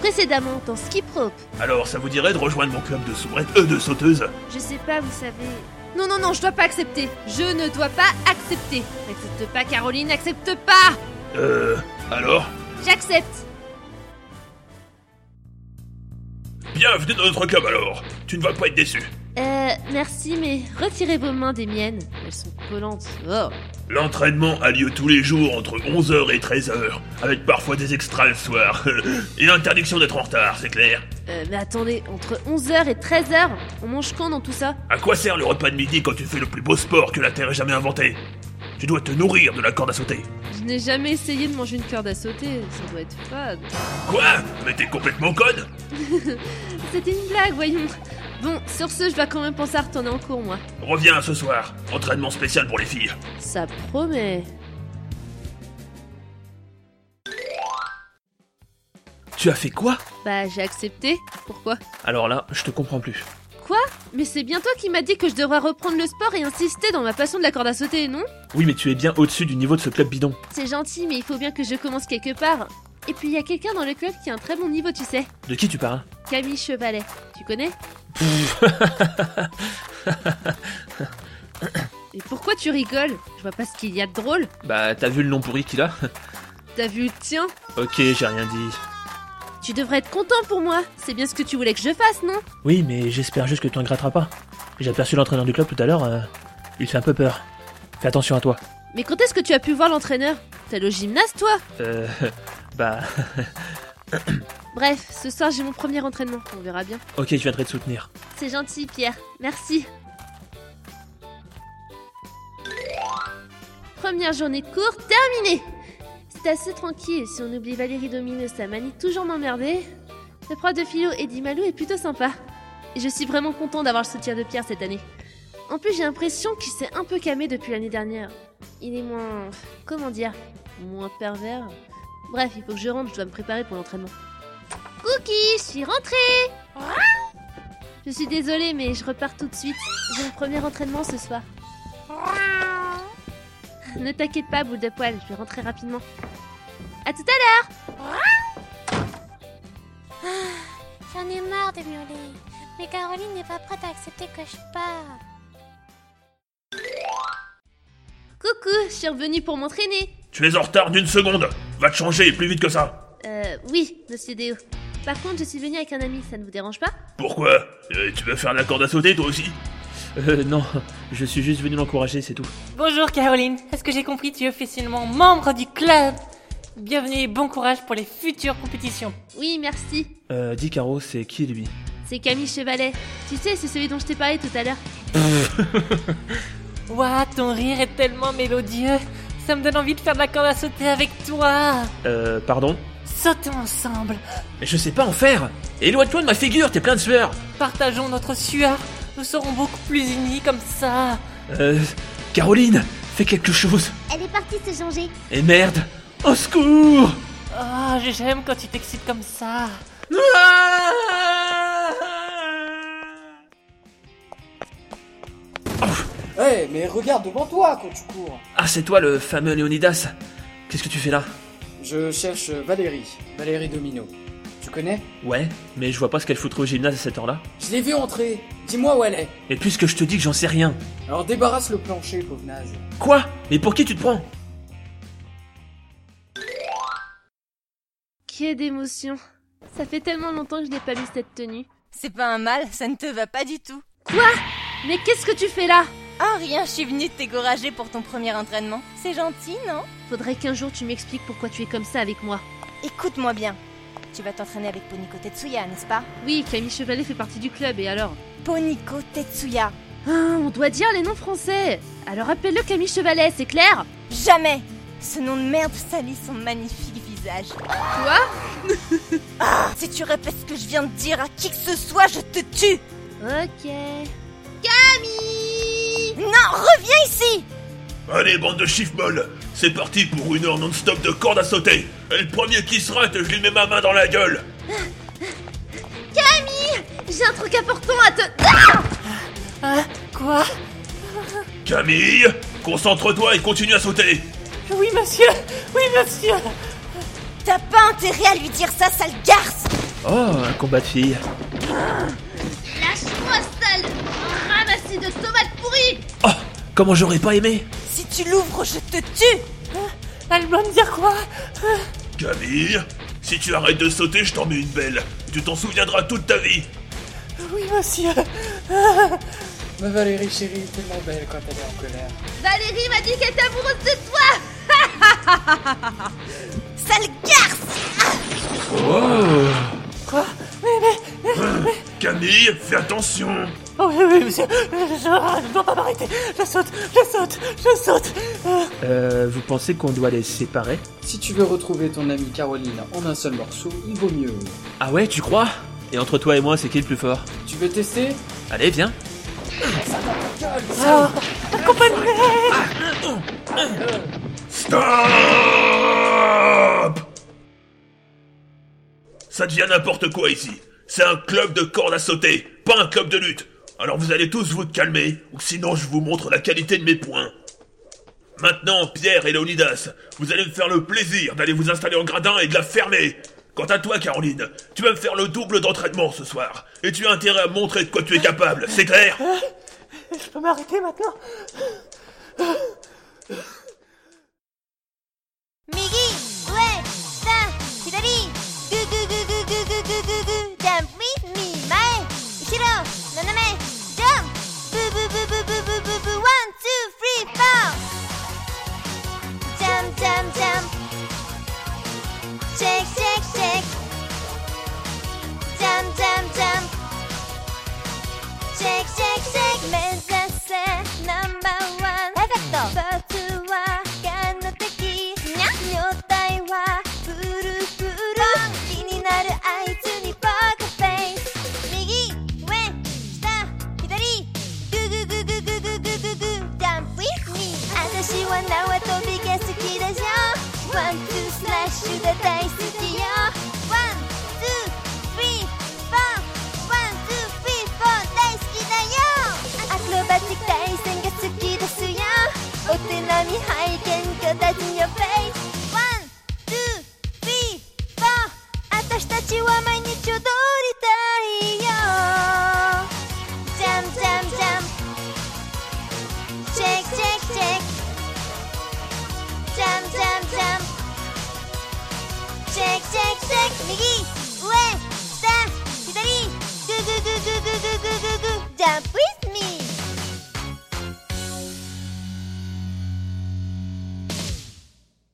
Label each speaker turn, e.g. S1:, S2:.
S1: précédemment en ski prop.
S2: Alors, ça vous dirait de rejoindre mon club de souveraine, euh, de sauteuse
S1: Je sais pas, vous savez. Non, non, non, je dois pas accepter. Je ne dois pas accepter. N'accepte pas, Caroline, n'accepte pas
S2: Euh, alors
S1: J'accepte
S2: Bienvenue dans notre club alors Tu ne vas pas être déçu
S1: Euh, merci, mais retirez vos mains des miennes. Elles sont collantes. Oh
S2: L'entraînement a lieu tous les jours entre 11h et 13h, avec parfois des extras le soir. et interdiction d'être en retard, c'est clair.
S1: Euh, mais attendez, entre 11h et 13h, on mange quand dans tout ça
S2: À quoi sert le repas de midi quand tu fais le plus beau sport que la Terre ait jamais inventé Tu dois te nourrir de la corde à sauter.
S1: Je n'ai jamais essayé de manger une corde à sauter, ça doit être fade.
S2: Quoi Mais t'es complètement conne
S1: C'était une blague, voyons. Bon, sur ce, je dois quand même penser à retourner en cours, moi.
S2: Reviens ce soir, entraînement spécial pour les filles.
S1: Ça promet.
S2: Tu as fait quoi
S1: Bah, j'ai accepté. Pourquoi
S2: Alors là, je te comprends plus.
S1: Quoi Mais c'est bien toi qui m'as dit que je devrais reprendre le sport et insister dans ma passion de la corde à sauter, non
S2: Oui, mais tu es bien au-dessus du niveau de ce club bidon.
S1: C'est gentil, mais il faut bien que je commence quelque part. Et puis il y a quelqu'un dans le club qui a un très bon niveau, tu sais.
S2: De qui tu parles
S1: Camille Chevalet. Tu connais Et pourquoi tu rigoles Je vois pas ce qu'il y a de drôle.
S2: Bah, t'as vu le nom pourri qu'il a
S1: T'as vu le tien
S2: Ok, j'ai rien dit.
S1: Tu devrais être content pour moi. C'est bien ce que tu voulais que je fasse, non
S3: Oui, mais j'espère juste que tu en gratteras pas. J'ai aperçu l'entraîneur du club tout à l'heure, euh, il fait un peu peur. Fais attention à toi.
S1: Mais quand est-ce que tu as pu voir l'entraîneur T'es allé au gymnase, toi
S3: Euh. Bah.
S1: Bref, ce soir j'ai mon premier entraînement. On verra bien.
S3: Ok, je viendrai te soutenir.
S1: C'est gentil, Pierre. Merci. Première journée de cours terminée. C'est assez tranquille. Si on oublie Valérie Domine, sa manie toujours m'emmerder. Le prof de philo Eddie Malou est plutôt sympa. Et je suis vraiment content d'avoir le soutien de Pierre cette année. En plus, j'ai l'impression qu'il s'est un peu camé depuis l'année dernière. Il est moins. comment dire Moins pervers. Bref, il faut que je rentre, je dois me préparer pour l'entraînement. Cookie, je suis rentrée je suis désolée, mais je repars tout de suite. J'ai mon premier entraînement ce soir. Ne t'inquiète pas, boule de poil, je vais rentrer rapidement. À tout à
S4: J'en ai marre de miauler. Mais Caroline n'est pas prête à accepter que je pars.
S1: l'heure Coucou, je suis revenue pour m'entraîner
S2: Tu es en retard d'une seconde Va te changer, plus vite que ça
S1: Euh, oui, monsieur Déo. Par contre, je suis venue avec un ami, ça ne vous dérange pas
S2: Pourquoi Euh, Tu veux faire la corde à sauter toi aussi
S3: Euh, non, je suis juste venu l'encourager, c'est tout.
S5: Bonjour Caroline, est-ce que j'ai compris tu es officiellement membre du club Bienvenue et bon courage pour les futures compétitions.
S1: Oui, merci.
S3: Euh, dis Caro, c'est qui lui
S1: C'est Camille Chevalet. Tu sais, c'est celui dont je t'ai parlé tout à l'heure.
S5: Ouah, ton rire est tellement mélodieux. Ça me donne envie de faire de la corde à sauter avec toi.
S3: Euh, pardon
S5: Sautons ensemble,
S3: Mais je sais pas en faire Éloigne-toi de ma figure, t'es plein de sueur
S5: partageons notre sueur. Nous serons beaucoup plus unis comme ça.
S3: Euh. Caroline Fais quelque chose
S4: Elle est partie se changer.
S3: Et merde Au secours
S5: Oh, j'aime quand tu t'excites comme ça.
S6: Eh, mais regarde devant toi quand tu cours.
S3: Ah, c'est toi le fameux Léonidas Qu'est-ce que tu fais là
S6: Je cherche Valérie, Valérie Domino. Tu connais
S3: Ouais, mais je vois pas ce qu'elle foutrait au gymnase à cette heure-là.
S6: Je l'ai vue entrer. Dis-moi où elle est.
S3: Et puisque je te dis que j'en sais rien.
S6: Alors débarrasse le plancher, pauvre naze.
S3: Quoi Mais pour qui tu te prends
S1: Que d'émotion. Ça fait tellement longtemps que je n'ai pas mis cette tenue.
S7: C'est pas un mal, ça ne te va pas du tout.
S1: Mais qu'est-ce que tu fais là
S7: Ah rien, je suis venue t'égourager pour ton premier entraînement. C'est gentil, non
S1: Faudrait qu'un jour tu m'expliques pourquoi tu es comme ça avec moi.
S7: Écoute-moi bien. Tu vas t'entraîner avec Poniko Tetsuya, n'est-ce pas
S1: Oui, Camille Chevalet fait partie du club, et alors
S7: Poniko Tetsuya.
S1: Ah, on doit dire les noms français Alors appelle-le Camille Chevalet, c'est clair
S7: Jamais Ce nom de merde salit son magnifique visage.
S1: Quoi
S7: Ah, si tu répètes ce que je viens de dire à qui que ce soit, je te tue
S1: Ok.
S7: Non, reviens ici
S2: Allez, bande de chiffres molles C'est parti pour une heure non-stop de corde à sauter Et le premier qui se rate, je lui mets ma main dans la gueule
S1: J'ai un truc important à te...
S5: Ah, quoi
S2: Camille Concentre-toi et continue à sauter
S5: Oui monsieur, oui monsieur.
S7: T'as pas intérêt à lui dire ça, sale garce
S3: Oh, un combat de filles.
S1: Lâche-moi, sale Un ramassis de tomates pourries
S3: Oh, comment j'aurais pas aimé
S7: Si tu l'ouvres, je te tue
S5: Elle doit me Hein? dire quoi
S2: Camille Si tu arrêtes de sauter, je t'en mets une belle. Tu t'en souviendras toute ta vie.
S5: Oui, monsieur.
S6: Ma Valérie chérie est tellement belle quand elle est en colère.
S1: Valérie m'a dit qu'elle est amoureuse de toi
S7: Sale garce
S5: Quoi Mais, mais,
S2: Camille, fais attention
S5: oh, oui, oui, monsieur. Je, je- je dois pas m'arrêter. Je saute, je saute, je saute. Euh,
S3: Euh, vous pensez qu'on doit les séparer
S6: Si tu veux retrouver ton amie Caroline en un seul morceau, il vaut mieux.
S3: Ah ouais, tu crois Et entre toi et moi, c'est qui le plus fort
S6: Tu veux tester Ah,
S3: Allez, viens.
S2: Stop Ça devient n'importe quoi ici. C'est un club de cordes à sauter, pas un club de lutte. Alors vous allez tous vous calmer, ou sinon je vous montre la qualité de mes points. Maintenant, Pierre et Leonidas, vous allez me faire le plaisir d'aller vous installer en gradin et de la fermer. Quant à toi, Caroline, tu vas me faire le double d'entraînement ce soir. Et tu as intérêt à montrer de quoi tu es capable, c'est clair
S5: je peux m'arrêter maintenant
S4: Miggy, ouais, ça, c'est Dali. Gu gu gu gu gu gu gu gu gu gu. Jump with me, mae. Ichiro, naname, jump. Boo boo boo boo boo boo boo boo. One, two, three, four. Jump, jump, jump. Shake, shake, shake. Jump, jump, jump. Shake, shake, shake. 目指せナンバーワン。パーフェクト。バツは眼の敵。にゃ女体はブルブル。気になるあいつにポーカーフェイス。右、上、下、左。グググググググググ。Jump with me。私は縄跳びが好きだよ。ワン、ツー、スラッシュが大好きよ。ワン、ツー、スリー、フォー。ワン、ツー、スリー、フォー大好きだよアクロバティック対戦が好きですよお手並み拝見が大事よ